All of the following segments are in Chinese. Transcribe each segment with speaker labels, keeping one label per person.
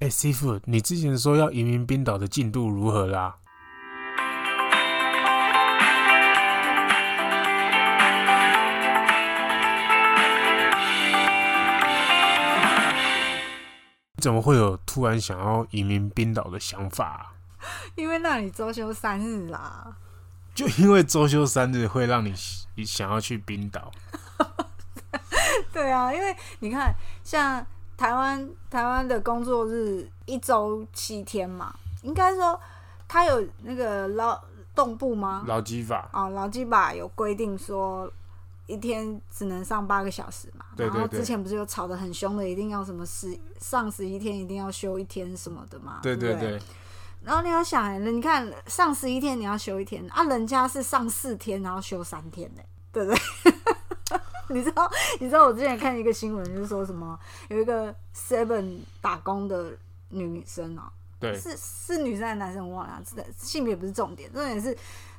Speaker 1: 哎、师傅，你之前说要移民冰岛的进度如何啦？怎么会有突然想要移民冰岛的想法啊、
Speaker 2: 因为那里周休三日啦。
Speaker 1: 就因为周休三日会让你你想要去冰岛？
Speaker 2: 对啊，因为你看，像台湾台湾的工作日一周七天嘛，应该说它有那个劳动部吗？
Speaker 1: 劳基法
Speaker 2: 哦，劳基法有规定说一天只能上八个小时嘛。
Speaker 1: 对对
Speaker 2: 然后
Speaker 1: 对
Speaker 2: 之前不是有吵得很凶的，一定要什么十上十一天一定要休一天什么的嘛。
Speaker 1: 对
Speaker 2: 对
Speaker 1: 对
Speaker 2: 不
Speaker 1: 对，
Speaker 2: 然后你要想、欸，你看上十一天你要休一天啊，人家是上四天然后休三天呢、对不对？ 你知道，你知道我之前看一个新闻，就是说什么有一个 Seven 打工的女生啊，
Speaker 1: 对
Speaker 2: 是是女生还是男生我忘了啊，是性别不是重点，重点是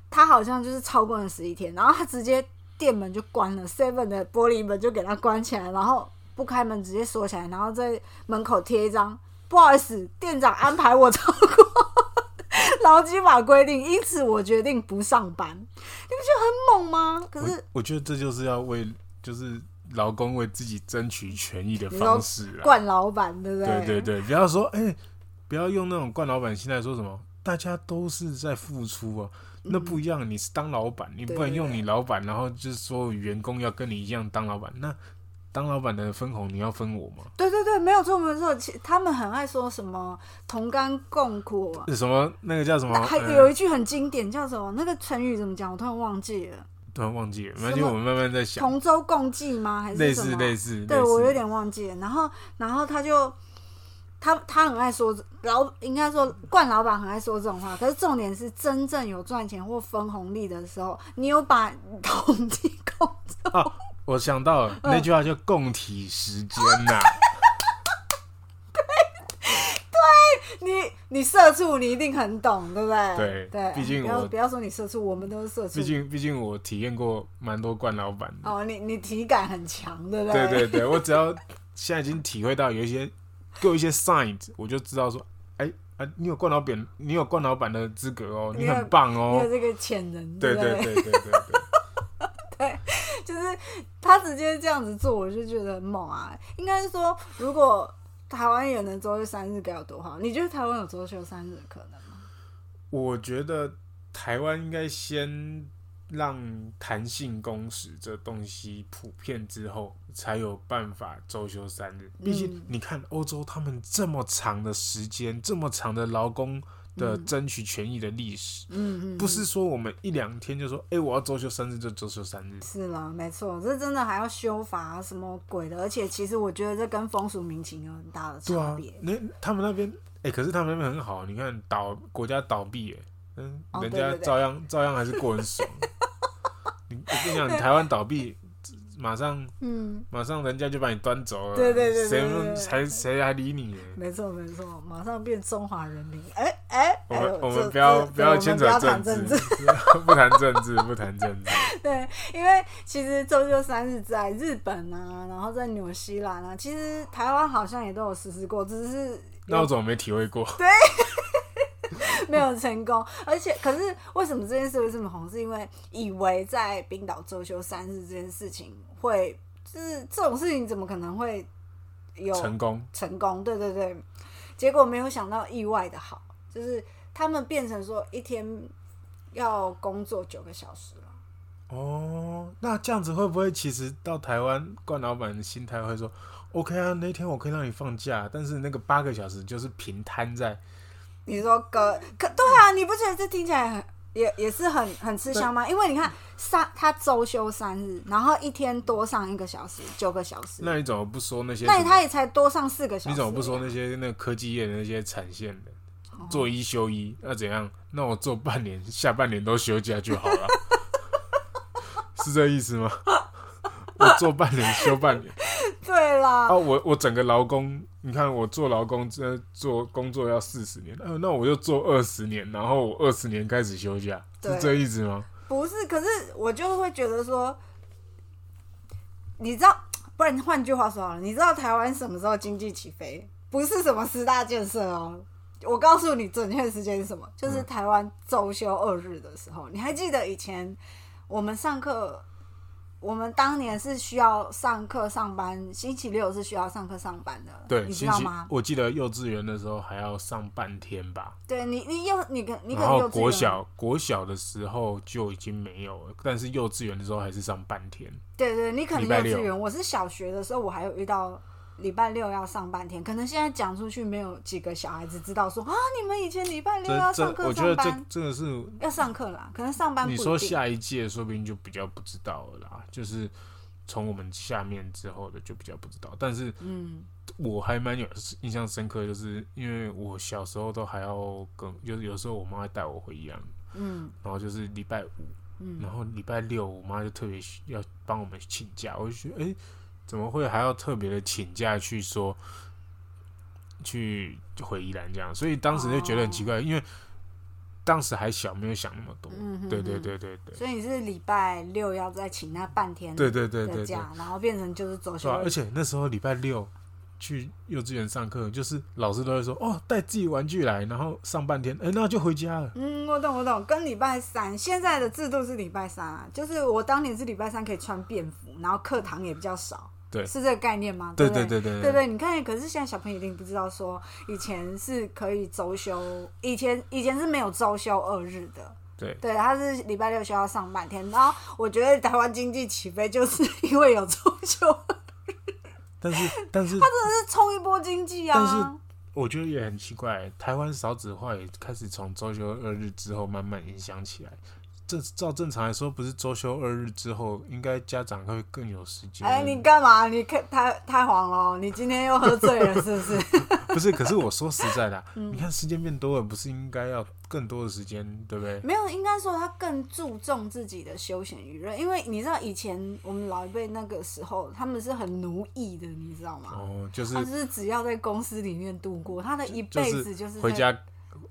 Speaker 2: 她好像就是超过了十一天，然后她直接店门就关了，Seven 的玻璃门就给她关起来，然后不开门直接锁起来，然后在门口贴一张不好意思，店长安排我超过劳基法规定，因此我决定不上班。你不觉得很猛吗？可
Speaker 1: 我
Speaker 2: 是
Speaker 1: 我觉得这就是要为就是劳工为自己争取权益的
Speaker 2: 你说
Speaker 1: 方式啊啦。
Speaker 2: 惯老板，对不对？
Speaker 1: 对对对，不要说哎、不要用那种惯老板心态说什么，大家都是在付出啊，那不一样。你是当老板，你
Speaker 2: 对
Speaker 1: 不能用
Speaker 2: 嗯对
Speaker 1: 你老板，然后就是所有员工要跟你一样当老板。那当老板的分红你要分我吗？
Speaker 2: 对对对没有错没有错。其实他们很爱说什么同甘共苦、啊，
Speaker 1: 是什么那个叫什么？
Speaker 2: 那还
Speaker 1: 呃
Speaker 2: 有一句很经典，叫什么？那个成语怎么讲？我突然忘记了，
Speaker 1: 突然忘记了，没关
Speaker 2: 什
Speaker 1: 系，
Speaker 2: 么
Speaker 1: 我们慢慢在想。
Speaker 2: 同舟共济吗？还
Speaker 1: 类
Speaker 2: 是什
Speaker 1: 似
Speaker 2: 么？
Speaker 1: 类似，
Speaker 2: 对
Speaker 1: 类似
Speaker 2: 我有点忘记了。然后，然后他就他他很爱说老，应该说冠老板很爱说这种话。可是重点是，真正有赚钱或分红利的时候，你有把统计共
Speaker 1: 啊，我想到
Speaker 2: 嗯
Speaker 1: 了那句话叫“共体时间”呐。
Speaker 2: 你你社畜，你一定很懂，对不对？
Speaker 1: 对
Speaker 2: 对，
Speaker 1: 毕竟
Speaker 2: 不要
Speaker 1: 我
Speaker 2: 不要说你社畜，我们都是社畜。
Speaker 1: 毕竟，毕竟我体验过蛮多惯老板的。
Speaker 2: 哦，你你体感很强，对不
Speaker 1: 对对对，我只要现在已经体会到有一些给我一些 signs，我就知道说，哎、啊，你有冠老板，你有冠老板的资格哦，
Speaker 2: 你
Speaker 1: 你
Speaker 2: 有
Speaker 1: 很棒
Speaker 2: 你有
Speaker 1: 哦。
Speaker 2: 这个潜能，
Speaker 1: 对
Speaker 2: 不
Speaker 1: 对对对对对，
Speaker 2: 就是他直接这样子做，我就觉得很猛啊！应该是说，如果台湾也能周休三日该有多好？你觉得台湾有周休三日的可能吗？
Speaker 1: 我觉得台湾应该先让弹性工时这东西普遍之后，才有办法周休三日。毕竟
Speaker 2: 嗯
Speaker 1: 你看欧洲他们这么长的时间，这么长的劳工的争取权益的历史，
Speaker 2: 嗯嗯，
Speaker 1: 不是说我们一两天就说，哎、我要周休三日就周休三日。
Speaker 2: 是啦，没错，这真的还要修法、啊、什么鬼的，而且其实我觉得这跟风俗民情有很大的
Speaker 1: 对
Speaker 2: 差
Speaker 1: 啊
Speaker 2: 别。，
Speaker 1: 那他们那边，哎、可是他们那边很好，你看倒国家倒闭，哎，嗯，
Speaker 2: 哦
Speaker 1: 人
Speaker 2: 对
Speaker 1: 家
Speaker 2: 对对
Speaker 1: 照样照样还是过很 爽。你我跟你讲，你台湾倒闭，马上
Speaker 2: 嗯，
Speaker 1: 马上人家就把你端走了，
Speaker 2: 对对对对
Speaker 1: 谁
Speaker 2: 对对
Speaker 1: 还谁还理你？哎
Speaker 2: 没错没错，马上变中华人民。哎哎，
Speaker 1: 我
Speaker 2: 哎
Speaker 1: 们我
Speaker 2: 这
Speaker 1: 们不
Speaker 2: 这
Speaker 1: 要
Speaker 2: 对
Speaker 1: 不
Speaker 2: 我
Speaker 1: 要
Speaker 2: 们
Speaker 1: 牵
Speaker 2: 不
Speaker 1: 扯
Speaker 2: 谈
Speaker 1: 治
Speaker 2: 政，
Speaker 1: 不谈政治， 不谈政治。
Speaker 2: 对，因为其实周休三日在日本啊，然后在纽西兰啊，其实台湾好像也都有实施过，只是
Speaker 1: 那我怎么没体会过？
Speaker 2: 没有成功。而且，可是为什么这件事会这么红？是因为以为在冰岛周休三日这件事情会，就是这种事情怎么可能会有
Speaker 1: 成功，
Speaker 2: 成功？对对对，结果没有想到意外的好，就是他们变成说一天要工作九个小时了。
Speaker 1: 哦，那这样子会不会其实到台湾，冠老板的心态会说，OK 啊，那天我可以让你放假，但是那个八个小时就是平摊在，
Speaker 2: 你说隔可对啊，你不觉得这听起来很也也是很很吃香吗？因为你看三他周休三日，然后一天多上一个小时，九个小时，
Speaker 1: 那你怎么不说那些
Speaker 2: 那
Speaker 1: 什
Speaker 2: 你
Speaker 1: 么？
Speaker 2: 他也才多上四个小时。
Speaker 1: 你怎么不说那些那个科技业的那些产线的，
Speaker 2: 哦
Speaker 1: 做一休一，那怎样？那我做半年，下半年都休假就好 了，是这意思吗？ 我做半年休半年
Speaker 2: 对啦
Speaker 1: 啊！，我我整个劳工，你看我做劳工，这做工作要四十年，呃，那我就做二十年，然后我二十年开始休假，是
Speaker 2: 对
Speaker 1: 这意思吗？
Speaker 2: 不是，可是我就会觉得说，你知道，不然换句话说好了，你知道台湾什么时候经济起飞？不不是什么十大建设哦。我告诉你准确的时间是什
Speaker 1: 嗯
Speaker 2: 么，就是台湾周休二日的时候。你还记得以前我们上课，我们当年是需要上课上班，星期六是需要上课上班的，
Speaker 1: 对，
Speaker 2: 你知
Speaker 1: 星
Speaker 2: 道
Speaker 1: 期
Speaker 2: 吗？
Speaker 1: 我记得幼稚园的时候还要上半天吧，
Speaker 2: 对你，你幼你可你可
Speaker 1: 然后
Speaker 2: 能幼稚
Speaker 1: 国
Speaker 2: 园
Speaker 1: 小国小的时候就已经没有了，但是幼稚园的时候还是上半天。
Speaker 2: 对对，你可能
Speaker 1: 礼拜
Speaker 2: 幼稚
Speaker 1: 六
Speaker 2: 园，我是小学的时候，我还有遇到礼拜六要上半天，可能现在讲出去没有几个小孩子知道说啊，你们以前礼拜六要
Speaker 1: 这
Speaker 2: 上
Speaker 1: 这，
Speaker 2: 课
Speaker 1: 我觉得
Speaker 2: 上
Speaker 1: 这
Speaker 2: 班，
Speaker 1: 这个是
Speaker 2: 要上课啦，可能上班不
Speaker 1: 你
Speaker 2: 一
Speaker 1: 说
Speaker 2: 定。
Speaker 1: 下一届，说不定就比较不知道了啦，就是从我们下面之后的就比较不知道。但是
Speaker 2: 嗯，
Speaker 1: 我还蛮有印象深刻，就是因为我小时候都还要跟，就是有时候我妈会带我回宜兰，
Speaker 2: 嗯
Speaker 1: 然后就是礼拜五，
Speaker 2: 嗯
Speaker 1: 然后礼拜六我妈就特别要帮我们请假，我就觉得哎、诶怎么会还要特别的请假去说去回宜兰这样？所以当时就觉得很奇怪，因为当时还小，没有想那么多。
Speaker 2: 哦嗯哼
Speaker 1: 对对
Speaker 2: 哼
Speaker 1: 对对对。
Speaker 2: 所以你是礼拜六要再请那半天
Speaker 1: 对
Speaker 2: 的
Speaker 1: 对对对对，啊
Speaker 2: 假，然后变成就是周
Speaker 1: 是
Speaker 2: 休
Speaker 1: 吧？
Speaker 2: 二
Speaker 1: 而
Speaker 2: 日。
Speaker 1: 且那时候礼拜六去幼稚园上课，就是老师都会说哦，带自己玩具来，然后上半天，哎、那就回家了。
Speaker 2: 嗯，我懂我懂，跟礼拜三现在的制度是礼拜三啊，就是我当年是礼拜三可以穿便服，然后课堂也比较少，
Speaker 1: 对
Speaker 2: 是这个概念吗？
Speaker 1: 对
Speaker 2: 不对
Speaker 1: 对对对
Speaker 2: 对对，你看，可是现在小朋友一定不知道说，以前是可以周休，以前以前是没有周休二日的。
Speaker 1: 对
Speaker 2: 对，他是礼拜六休要上半天，然后我觉得台湾经济起飞就是因为有周休，
Speaker 1: 但是但是
Speaker 2: 这是冲一波经济啊。
Speaker 1: 但是我觉得也很奇怪，台湾少子化也开始从周休二日之后慢慢影响起来。这照正常来说，不是周休二日之后，应该家长会更有时间。
Speaker 2: 哎，你干嘛？你看太太黄了，你今天又喝醉了是不是？
Speaker 1: 不 是？可是我说实在的啊、
Speaker 2: 嗯
Speaker 1: 你看时间变多了，不是应该要更多的时间，对不对？
Speaker 2: 没有，应该说他更注重自己的休闲娱乐，因为你知道以前我们老一辈那个时候，他们是很奴役的，你知道吗？
Speaker 1: 哦，就是
Speaker 2: 他就是只要在公司里面度过，他的啊一辈子就是在
Speaker 1: 回 家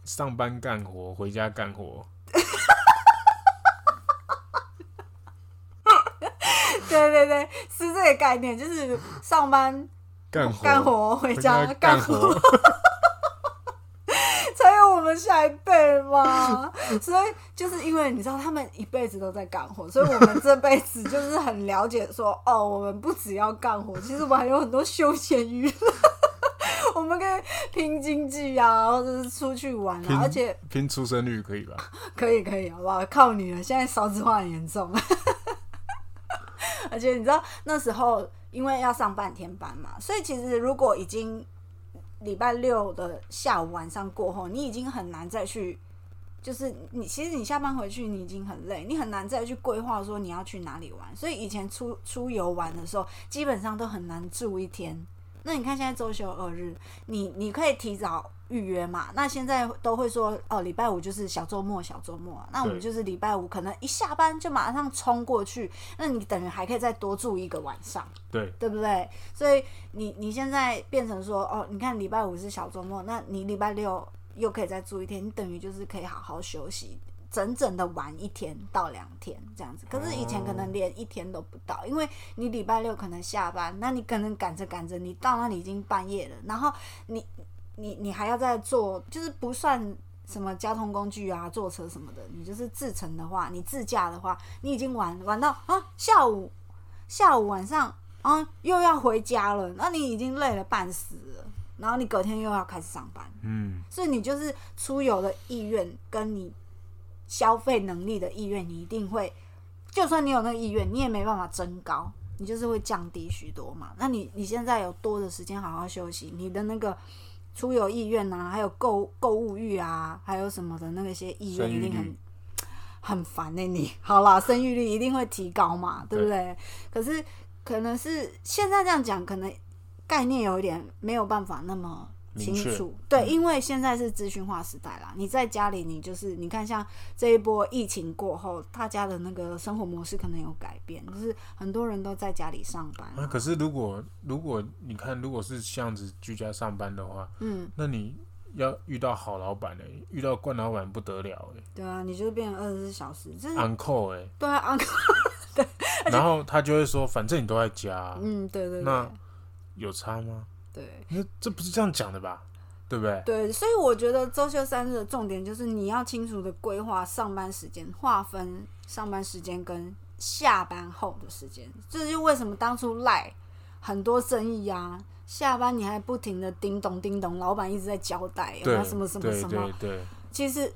Speaker 1: 上班干活，回家干活。
Speaker 2: 对对对，是这个概念，就是上班
Speaker 1: 干活，
Speaker 2: 干活，哦回家
Speaker 1: 干
Speaker 2: 干活，， 才有我们下一辈嘛。所以就是因为你知道他们一辈子都在干活，所以我们这辈子就是很了解说，哦，我们不只要干活，其实我们还有很多休闲娱乐。 我们可以拼经济啊，或者是出去玩
Speaker 1: 拼
Speaker 2: 啊，而且
Speaker 1: 拼出生率可以吧？
Speaker 2: 可以可以，好不好？靠你了，现在少子化很严重。 而且你知道那时候因为要上半天班嘛，所以其实如果已经礼拜六的下午晚上过后，你已经很难再去，就是你其实你下班回去你已经很累，你很难再去规划说你要去哪里玩。所以以前出出游玩的时候，基本上都很难住一天。那你看现在周休二日，你你可以提早预约嘛？那现在都会说哦，礼拜五就是小周末，小周末啊。那我们
Speaker 1: 对
Speaker 2: 就是礼拜五，可能一下班就马上冲过去，那你等于还可以再多住一个晚上，
Speaker 1: 对，
Speaker 2: 对不对？所以你你现在变成说哦，你看礼拜五是小周末，那你礼拜六又可以再住一天，你等于就是可以好好休息。整整的玩一天到两天这样子，可是以前可能连一天都不到，因为你礼拜六可能下班，那你可能赶着赶着，你到那里已经半夜了，然后你你你还要再坐，就是不算什么交通工具啊，坐车什么的，你就是自乘的话，你自驾的话，你已经玩玩到啊下午下午晚上啊又要回家了，那你已经累了半死了，然后你隔天又要开始上班，
Speaker 1: 嗯，
Speaker 2: 所以你就是出游的意愿跟你消费能力的意愿，你一定会，就算你有那个意愿，你也没办法增高，你就是会降低许多嘛。那你你现在有多的时间好好休息，你的那个出游意愿啊，还有购购物欲啊，还有什么的那个些意愿，
Speaker 1: 生育
Speaker 2: 一定
Speaker 1: 率
Speaker 2: 很很烦呢、你好啦，生育率一定会提高嘛，对不对？可是可能是现在这样讲，可能概念有一点没有办法那么清
Speaker 1: 明确嗯
Speaker 2: 楚。对，因为现在是资讯化时代啦，你在家里，你就是你看，像这一波疫情过后，大家的那个生活模式可能有改变，就是很多人都在家里上班
Speaker 1: 那、
Speaker 2: 啊。
Speaker 1: 可是如果如果你看，如果是这样子居家上班的话，
Speaker 2: 嗯，
Speaker 1: 那你要遇到好老板呢、欸遇到惯老板不得了哎、
Speaker 2: 对啊，你就变成二十四小时，这是、
Speaker 1: 欸，昂扣哎，
Speaker 2: 对啊，啊
Speaker 1: 然后他就会说，反正你都在家啊、
Speaker 2: 嗯嗯，对对对
Speaker 1: 那有差吗？
Speaker 2: 对
Speaker 1: 那这不是这样讲的吧？对不对？
Speaker 2: 对，所以我觉得周休三日的重点就是你要清楚的规划上班时间，划分上班时间跟下班后的时间。这就是为什么当初赖很多生意啊，下班你还不停的叮咚叮咚，老板一直在交代，有没
Speaker 1: 对，
Speaker 2: 有什么什么
Speaker 1: 对
Speaker 2: 什么，
Speaker 1: 对对，
Speaker 2: 其实，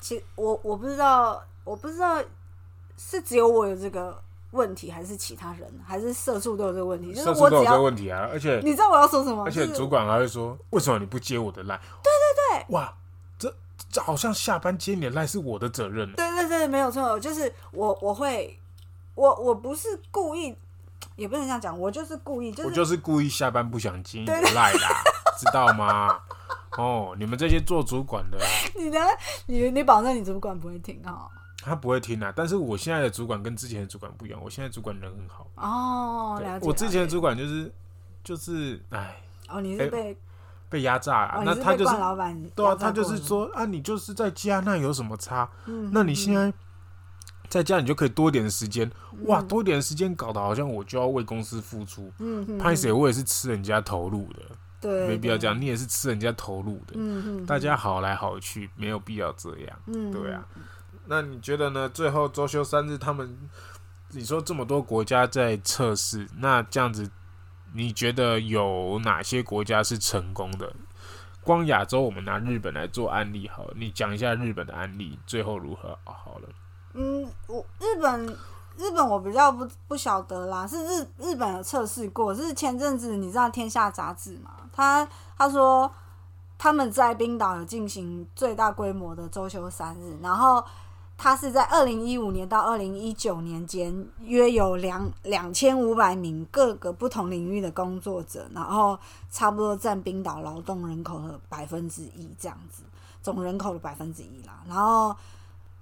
Speaker 2: 其我我不知道，我不知道是只有我有这个问题，还是其他人，还是社畜都有这个问题。就是
Speaker 1: 社畜
Speaker 2: 我
Speaker 1: 都有
Speaker 2: 只
Speaker 1: 这个
Speaker 2: 要，
Speaker 1: 问题啊，而且
Speaker 2: 你知道我要说什么？
Speaker 1: 而且
Speaker 2: 就是
Speaker 1: 主管还会说，为什么你不接我的赖？对对对，哇，这这好像下班接你的赖是我的责任欸呢。
Speaker 2: 对对对，没有错，就是我我会，我我不是故意，也不能这样讲，我就是故意，就
Speaker 1: 我
Speaker 2: 是
Speaker 1: 就是故意下班不想接你的赖啦，知道吗？哦，你们这些做主管的，
Speaker 2: 你的你你保证你主管不会听哦哈、
Speaker 1: 他不会听啊。但是我现在的主管跟之前的主管不一样，我现在主管人很好。
Speaker 2: 哦。哦，
Speaker 1: 对
Speaker 2: 了解。
Speaker 1: 我之前的
Speaker 2: 了解
Speaker 1: 主管就是就是，哎，
Speaker 2: 哦，你是
Speaker 1: 哎
Speaker 2: 被、
Speaker 1: 被压榨啊。
Speaker 2: 哦
Speaker 1: 那
Speaker 2: 你
Speaker 1: 他
Speaker 2: 被
Speaker 1: 就是
Speaker 2: 冠老板
Speaker 1: 对啊，
Speaker 2: 压榨
Speaker 1: 他就
Speaker 2: 过
Speaker 1: 是说啊，你就是在家，那有什么差？
Speaker 2: 嗯
Speaker 1: 那你现在在家，你就可以多点时间。哇，多点时间搞得好像我就要为公司付出。
Speaker 2: 嗯嗯
Speaker 1: 拍谁我也是吃人家投入的，
Speaker 2: 对，
Speaker 1: 没必要
Speaker 2: 对
Speaker 1: 这样。你也是吃人家投入的，
Speaker 2: 嗯嗯
Speaker 1: 大家好来好去，没有必要这样。
Speaker 2: 嗯，
Speaker 1: 对啊，那你觉得呢？最后周休三日，他们你说这么多国家在测试，那这样子，你觉得有哪些国家是成功的？光亚洲，我们拿日本来做案例好了，你讲一下日本的案例，最后如何、哦好了？
Speaker 2: 嗯，我日本日本我比较不不晓得啦，是日日本有测试过，是前阵子你知道《天下》杂志嘛？他他说他们在冰岛有进行最大规模的周休三日，然后他是在二零一五年到二零一九年间，约有两两千五百名各个不同领域的工作者，然后差不多占冰岛劳动人口的百分之一这样子，总人口的百分之一啦，然后。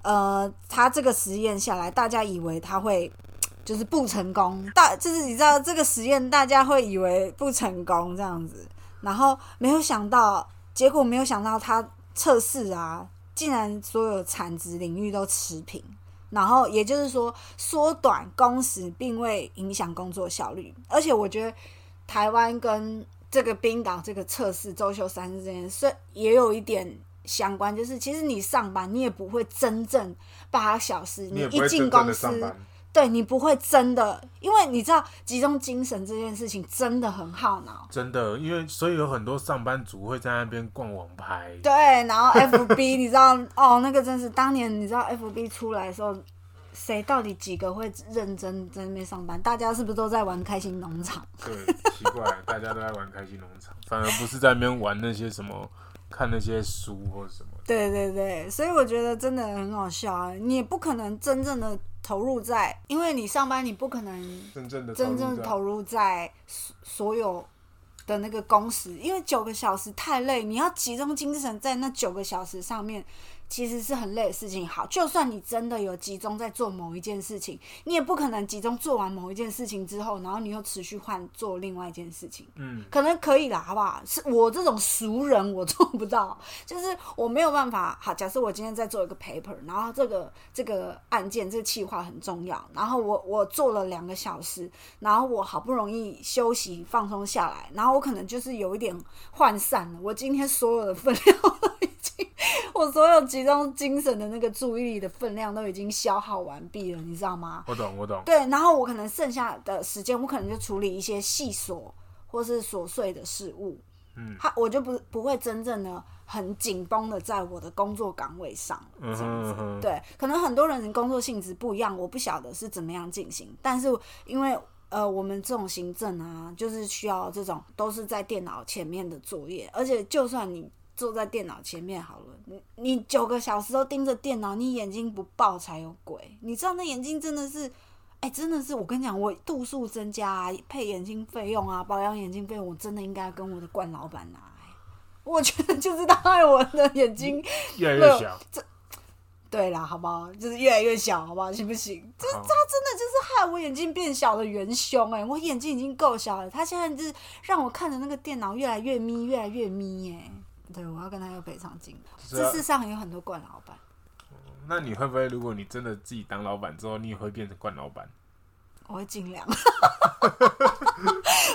Speaker 2: 呃，他这个实验下来，大家以为他会就是不成功，大就是你知道这个实验，大家会以为不成功这样子，然后没有想到，结果没有想到他测试啊，竟然所有产值领域都持平。然后也就是说，缩短工时并未影响工作效率，而且我觉得台湾跟这个冰岛这个测试周休三日之间，虽也有一点相关，就是其实你上班你也不会真正八小时，一进公司，对你不会真的，因为你知道集中精神这件事情真的很耗脑。
Speaker 1: 真的，因为所以有很多上班族会在那边逛网拍，
Speaker 2: 对，然后 FB 你知道哦，那个真是当年你知道 FB 出来的时候，谁到底几个会认真在那边上班？大家是不是都在玩开心农场？
Speaker 1: 对，奇怪，大家都在玩开心农场，反而不是在那边玩那些什么，看那些书或者什么。
Speaker 2: 对对对，所以我觉得真的很好笑啊！你也不可能真正的投入在，因为你上班你不可能
Speaker 1: 真正的
Speaker 2: 真正投入在所所有的那个工时，因为九个小时太累，你要集中精神在那九个小时上面，其实是很累的事情。好，就算你真的有集中在做某一件事情，你也不可能集中做完某一件事情之后，然后你又持续换做另外一件事情。
Speaker 1: 嗯，
Speaker 2: 可能可以啦，好不好？是我这种俗人，我做不到， 就是我没有办法。好，假设我今天在做一个 paper，然后这个这个案件这个企划很重要，然后我我做了两个小时，然后我好不容易休息放松下来，然后我可能就是有一点涣散了，我今天所有的分量都已经，我所有集中精神的那个注意力的分量都已经消耗完毕了，你知道吗？
Speaker 1: 我懂，我懂。
Speaker 2: 对，然后我可能剩下的时间，我可能就处理一些细琐或是琐碎的事物。
Speaker 1: 嗯，
Speaker 2: 他我就不不会真正的很紧绷的在我的工作岗位上了
Speaker 1: 嗯
Speaker 2: 这样
Speaker 1: 哼
Speaker 2: 子。
Speaker 1: 嗯哼，
Speaker 2: 对，可能很多人的工作性质不一样，我不晓得是怎么样进行，但是因为。呃，我们这种行政啊，就是需要这种都是在电脑前面的作业，而且就算你坐在电脑前面好了，你你九个小时都盯着电脑，你眼睛不爆才有鬼。你知道那眼睛真的是，哎、真的是我跟你讲，我度数增加、啊，配眼镜费用啊，保养眼镜费用，我真的应该跟我的冠老板拿、哎我觉得就是他害我的眼睛
Speaker 1: 越来
Speaker 2: 没
Speaker 1: 越
Speaker 2: 有
Speaker 1: 小。
Speaker 2: 对啦，好不好？就是越来越小，好不好？行不行？这
Speaker 1: 好
Speaker 2: 害我眼睛变小的元凶哎、我眼睛已经够小了，他现在就是让我看着那个电脑越来越眯，越来越眯哎、对，我要跟他要赔偿金。
Speaker 1: 是
Speaker 2: 这
Speaker 1: 啊
Speaker 2: 世上有很多惯老板，
Speaker 1: 那你会不会，如果你真的自己当老板之后，你也会变成惯老板？
Speaker 2: 我会尽量，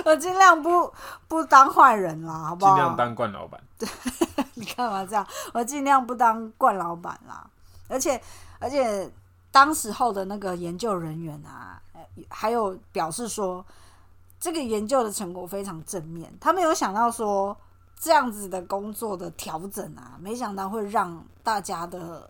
Speaker 2: 我尽量不不当坏人啦，好不好？
Speaker 1: 尽量当惯老板。
Speaker 2: 你干嘛这样？我尽量不当惯老板啦。而且而且，当时候的那个研究人员啊，呃还有表示说，这个研究的成果非常正面，他们有想到说。这样子的工作的调整啊，没想到会让大家的，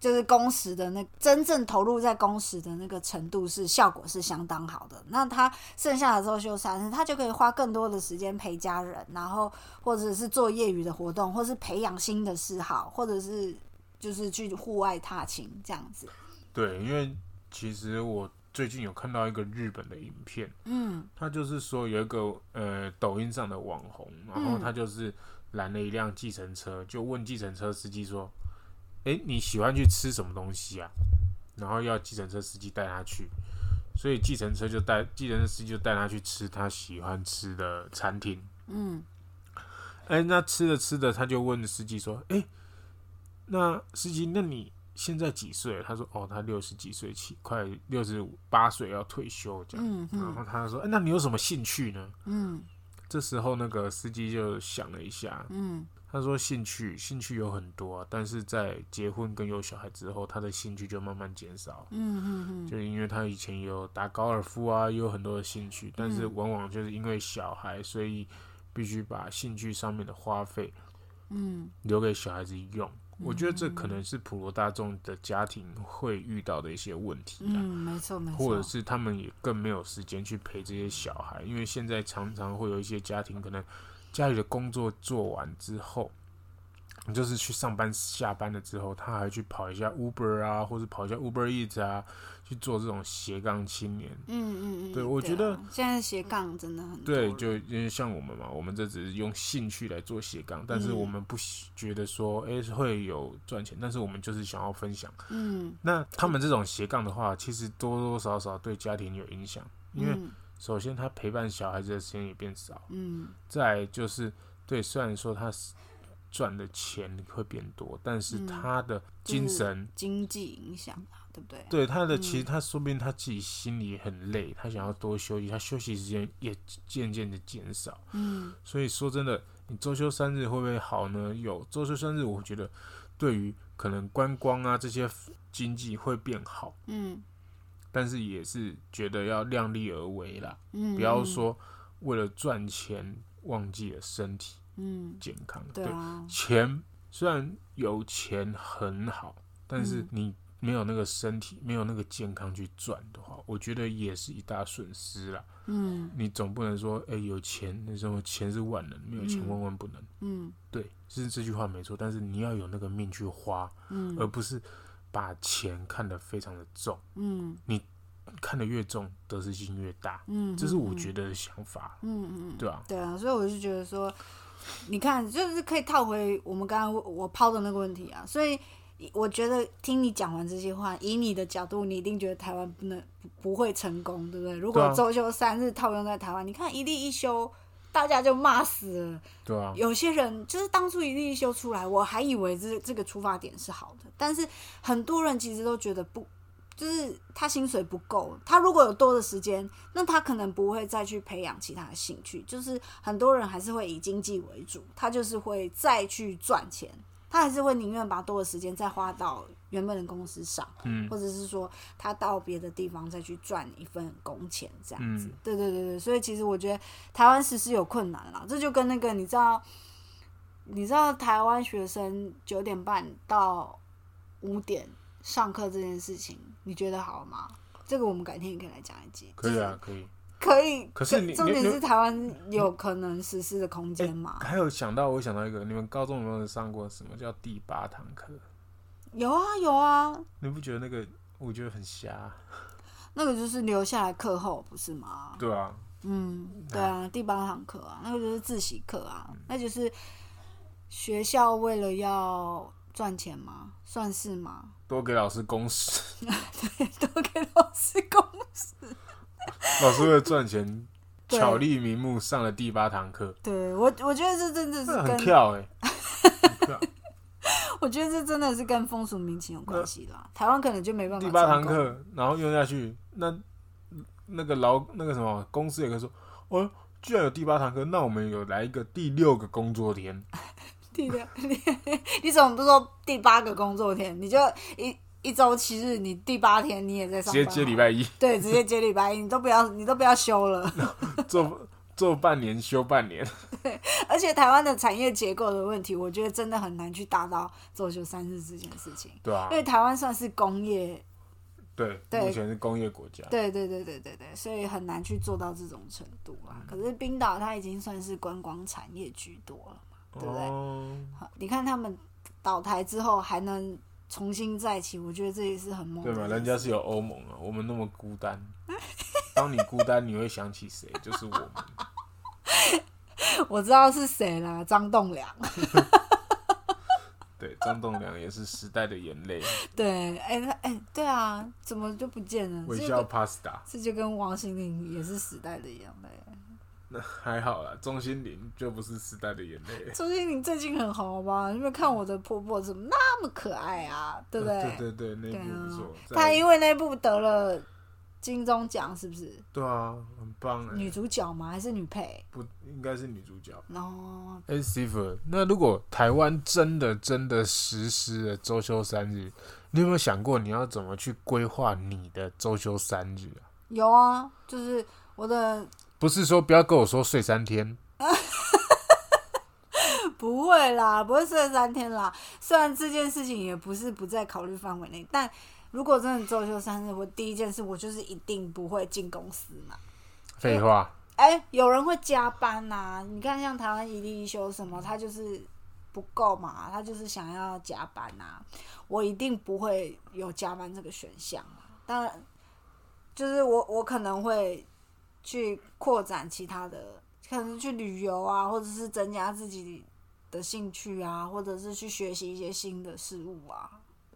Speaker 2: 就是工时的那真正投入在工时的那个程度是效果是相当好的。那他剩下的周休三日，他就可以花更多的时间陪家人，然后或者是做业余的活动，或是培养新的嗜好，或者是就是去户外踏青这样子。
Speaker 1: 对，因为其实我最近有看到一个日本的影片，
Speaker 2: 嗯
Speaker 1: 他就是说有一个呃抖音上的网红，然后他就是拦了一辆计程车，就问计程车司机说：“诶，你喜欢去吃什么东西啊？”然后要计程车司机带他去，所以计程车就带计程车司机就带他去吃他喜欢吃的餐厅。
Speaker 2: 嗯，
Speaker 1: 哎、那吃着吃着，他就问司机说：“哎、那司机，那你现在几岁？”他说：“哦，他六十几岁起，快六十五八岁要退休这样。
Speaker 2: 嗯
Speaker 1: 然后他就说：“哎、那你有什么兴趣呢？”
Speaker 2: 嗯
Speaker 1: 这时候那个司机就想了一下，
Speaker 2: 嗯
Speaker 1: 他说：“兴趣，兴趣有很多、啊，但是在结婚跟有小孩之后，他的兴趣就慢慢减少。
Speaker 2: 嗯嗯嗯，
Speaker 1: 就因为他以前有打高尔夫啊，也有很多的兴趣，但是
Speaker 2: 嗯
Speaker 1: 往往就是因为小孩，所以必须把兴趣上面的花费，
Speaker 2: 嗯，
Speaker 1: 留给小孩子用。我觉得这可能是普罗大众的家庭会遇到的一些问题啊。
Speaker 2: 嗯，没错没错，
Speaker 1: 或者是他们也更没有时间去陪这些小孩，因为现在常常会有一些家庭可能家里的工作做完之后，就是去上班下班了之后，他还去跑一下 Uber 啊，或者跑一下 Uber Eats 啊，去做这种斜杠青年。
Speaker 2: 嗯嗯嗯，
Speaker 1: 对我
Speaker 2: 啊
Speaker 1: 觉得
Speaker 2: 现在斜杠真的很多
Speaker 1: 对，
Speaker 2: 了
Speaker 1: 就因为像我们嘛，我们这只是用兴趣来做斜杠，但是
Speaker 2: 嗯
Speaker 1: 我们不喜觉得说，诶会有赚钱，但是我们就是想要分享。
Speaker 2: 嗯，
Speaker 1: 那他们这种斜杠的话，其实多多少少对家庭有影响，因为
Speaker 2: 嗯
Speaker 1: 首先他陪伴小孩子的时间也变少，
Speaker 2: 嗯
Speaker 1: 再来就是对，虽然说他是赚的钱会变多，但是
Speaker 2: 嗯
Speaker 1: 他的
Speaker 2: 就是
Speaker 1: 精神，
Speaker 2: 经济影响啊，对不对？
Speaker 1: 对他的
Speaker 2: 嗯
Speaker 1: 其实他说不定他自己心里很累，他想要多休息，他休息时间也渐渐的减少。
Speaker 2: 嗯
Speaker 1: 所以说真的，你周休三日会不会好呢？有周休三日，我觉得对于可能观光啊这些经济会变好，
Speaker 2: 嗯
Speaker 1: 但是也是觉得要量力而为啦。
Speaker 2: 嗯，
Speaker 1: 不要说为了赚钱忘记了身体
Speaker 2: 嗯，
Speaker 1: 健康。
Speaker 2: 对啊，
Speaker 1: 钱虽然有钱很好，但是
Speaker 2: 嗯
Speaker 1: 你没有那个身体，没有那个健康去赚的话，我觉得也是一大损失啦。
Speaker 2: 嗯
Speaker 1: 你总不能说，哎、有钱那时候钱是万能，没有钱
Speaker 2: 嗯
Speaker 1: 万万不能。
Speaker 2: 嗯
Speaker 1: 对，是这句话没错，但是你要有那个命去花，
Speaker 2: 嗯
Speaker 1: 而不是把钱看得非常的重，
Speaker 2: 嗯
Speaker 1: 看得越重，得失心越大。
Speaker 2: 嗯，
Speaker 1: 呃这是我觉得的想法，
Speaker 2: 嗯，嗯嗯嗯，
Speaker 1: 对啊，
Speaker 2: 对啊，所以我就觉得说，你看，就是可以套回我们刚刚我我抛的那个问题啊，所以。我觉得听你讲完这些话，以你的角度，你一定觉得台湾不能不不会成功，对不对？如
Speaker 1: 对
Speaker 2: 果
Speaker 1: 啊
Speaker 2: 周休三日套用在台湾，你看一例一休，大家就骂死了。
Speaker 1: 对啊。
Speaker 2: 有些人就是当初一例一休出来，我还以为这这个出发点是好的，但是很多人其实都觉得不，就是他薪水不够，他如果有多的时间，那他可能不会再去培养其他的兴趣，就是很多人还是会以经济为主，他就是会再去赚钱，他还是会宁愿把多的时间再花到原本的公司上，
Speaker 1: 嗯
Speaker 2: 或者是说他到别的地方再去赚一份工钱这样子。
Speaker 1: 嗯
Speaker 2: 对对对对，所以其实我觉得台湾实施有困难啦，这就跟那个你知道，你知道台湾学生九点半到五点上课这件事情，你觉得好吗？这个我们改天也可以来讲一集。
Speaker 1: 可以啊，，可以。
Speaker 2: 可以。
Speaker 1: 可是你
Speaker 2: 重
Speaker 1: 你
Speaker 2: 点
Speaker 1: 你哎
Speaker 2: 是台湾有可能实施的空间嘛？
Speaker 1: 还有想到，我想到一个，你们高中有没有上过什么叫第八堂课？
Speaker 2: 有啊有啊，
Speaker 1: 你不觉得那个我觉得很瞎？
Speaker 2: 那个就是留下来课后不是吗？
Speaker 1: 对啊，
Speaker 2: 嗯，对啊，第八堂课啊，那个就是自习课啊，
Speaker 1: 嗯
Speaker 2: 那就是学校为了要赚钱吗？算是吗？
Speaker 1: 多给老师公时，
Speaker 2: 都给老师工。
Speaker 1: 老师为了赚钱，
Speaker 2: 对
Speaker 1: 巧立名目上了第八堂课，
Speaker 2: 对我，我觉得这真的是
Speaker 1: 那很
Speaker 2: 跟，
Speaker 1: 跳哎、很跳
Speaker 2: 我觉得这真的是跟风
Speaker 1: 嗯
Speaker 2: 俗民情有关系啦。台湾可能就没办法。
Speaker 1: 第八堂，课，然后用下去，那那个劳那个什么公司有个说，哦，居然有第八堂课，那我们有来一个第六个工作天，
Speaker 2: 啊第六，你 你怎么不说第八个工作天？你就一一周七日，你第八天你也在
Speaker 1: 直
Speaker 2: 上班
Speaker 1: 接
Speaker 2: 啊，
Speaker 1: 接礼拜一
Speaker 2: 对，直接接礼拜一，你都不要，你都不要休了。
Speaker 1: 做做半年休半年，
Speaker 2: 而且台湾的产业结构的问题，我觉得真的很难去达到周休三日这件事情，
Speaker 1: 对吧、
Speaker 2: 因为台湾算是工业，
Speaker 1: 对，
Speaker 2: 对
Speaker 1: 目前是工业国家，
Speaker 2: 对对对对对对，所以很难去做到这种程度啊。
Speaker 1: 嗯
Speaker 2: 可是冰岛它已经算是观光产业居多了嘛，对不对？
Speaker 1: 哦，
Speaker 2: 好你看他们倒台之后还能重新再起，我觉得这也是很猛
Speaker 1: 对
Speaker 2: 的一件
Speaker 1: 嘛，
Speaker 2: 事。
Speaker 1: 人家是有欧盟啊，我们那么孤单。 当你孤单，你会想起谁？就是我们。
Speaker 2: 我知道是谁啦，张栋梁。
Speaker 1: 对，张栋梁也是时代的眼泪，
Speaker 2: 对，哎、那哎、对啊，怎么就不见了？
Speaker 1: 微
Speaker 2: 这
Speaker 1: 笑
Speaker 2: 就
Speaker 1: Pasta。
Speaker 2: 这就跟王心凌也是时代的眼泪。
Speaker 1: 那还好啦，钟心凌就不是时代的眼泪。
Speaker 2: 周星凌最近很红吧？你有没有看我的婆婆怎么那么可爱啊？对不 对？
Speaker 1: 呃对对对，那一
Speaker 2: 对
Speaker 1: 部不错
Speaker 2: 啊。，她
Speaker 1: 在
Speaker 2: 因为那部得了金钟奖，是不是？
Speaker 1: 对啊，很棒哎、
Speaker 2: 女主角吗？还是女配？
Speaker 1: 不应该是女主角。
Speaker 2: 然后
Speaker 1: 哎、s t e v e 那如果台湾真的真的实施了周休三日，你有没有想过你要怎么去规划你的周休三日啊？
Speaker 2: 有啊，就是我的
Speaker 1: 不是说不要跟我说睡三天，
Speaker 2: 不会啦，不会睡三天啦。虽然这件事情也不是不在考虑范围内，但如果真的周休三日，我第一件事我就是一定不会进公司嘛。
Speaker 1: 废话，
Speaker 2: 哎、有人会加班呐、你看像台湾一例一休什么，他就是不够嘛，他就是想要加班呐、我一定不会有加班这个选项嘛。当然，就是我我可能会去扩展其他的，可能去旅游啊，或者是增加自己的兴趣啊，或者是去学习一些新的事物啊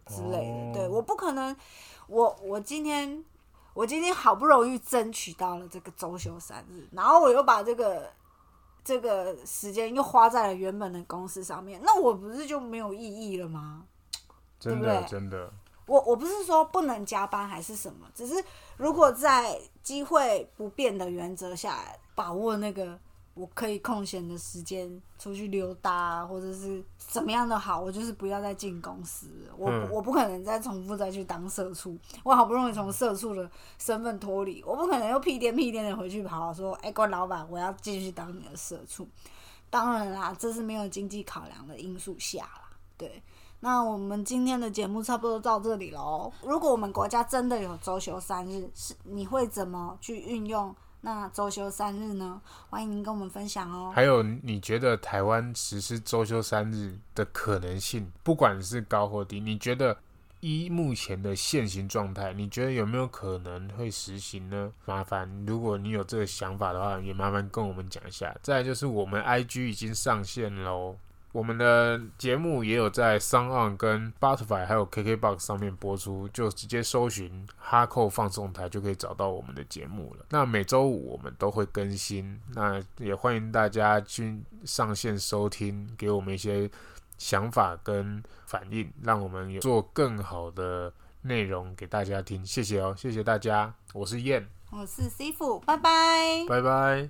Speaker 2: 之类的。
Speaker 1: 哦
Speaker 2: 对，我不可能，我我今天我今天好不容易争取到了这个周休三日，然后我又把这个。这个时间又花在了原本的公司上面，那我不是就没有意义了吗？
Speaker 1: 真
Speaker 2: 对
Speaker 1: 的
Speaker 2: 不对
Speaker 1: 真的，
Speaker 2: 我我不是说不能加班还是什么，只是如果在机会不变的原则下，把握那个我可以空闲的时间出去溜达啊，或者是怎么样的好，我就是不要再进公司了，我
Speaker 1: 嗯
Speaker 2: 我不可能再重复再去当社畜，我好不容易从社畜的身份脱离，我不可能又屁颠屁颠的回去跑说，哎、关老板，我要继续当你的社畜。当然啦，这是没有经济考量的因素下啦，对。那我们今天的节目差不多到这里喽。如果我们国家真的有周休三日，是你会怎么去运用那周休三日呢？欢迎跟我们分享哦。
Speaker 1: 还有，你觉得台湾实施周休三日的可能性，不管是高或低，你觉得依目前的现行状态，你觉得有没有可能会实行呢？麻烦，如果你有这个想法的话，也麻烦跟我们讲一下。再来就是我们 IG 已经上线哦喽。我们的节目也有在 s o n On、跟 Spotify 还有 KKBox 上面播出，就直接搜寻“哈扣放送台”就可以找到我们的节目了。那每周五我们都会更新，那也欢迎大家去上线收听，给我们一些想法跟反应，让我们有做更好的内容给大家听。谢谢哦，谢谢大家，我是燕，
Speaker 2: 我是 C 傅，拜拜。
Speaker 1: 拜拜。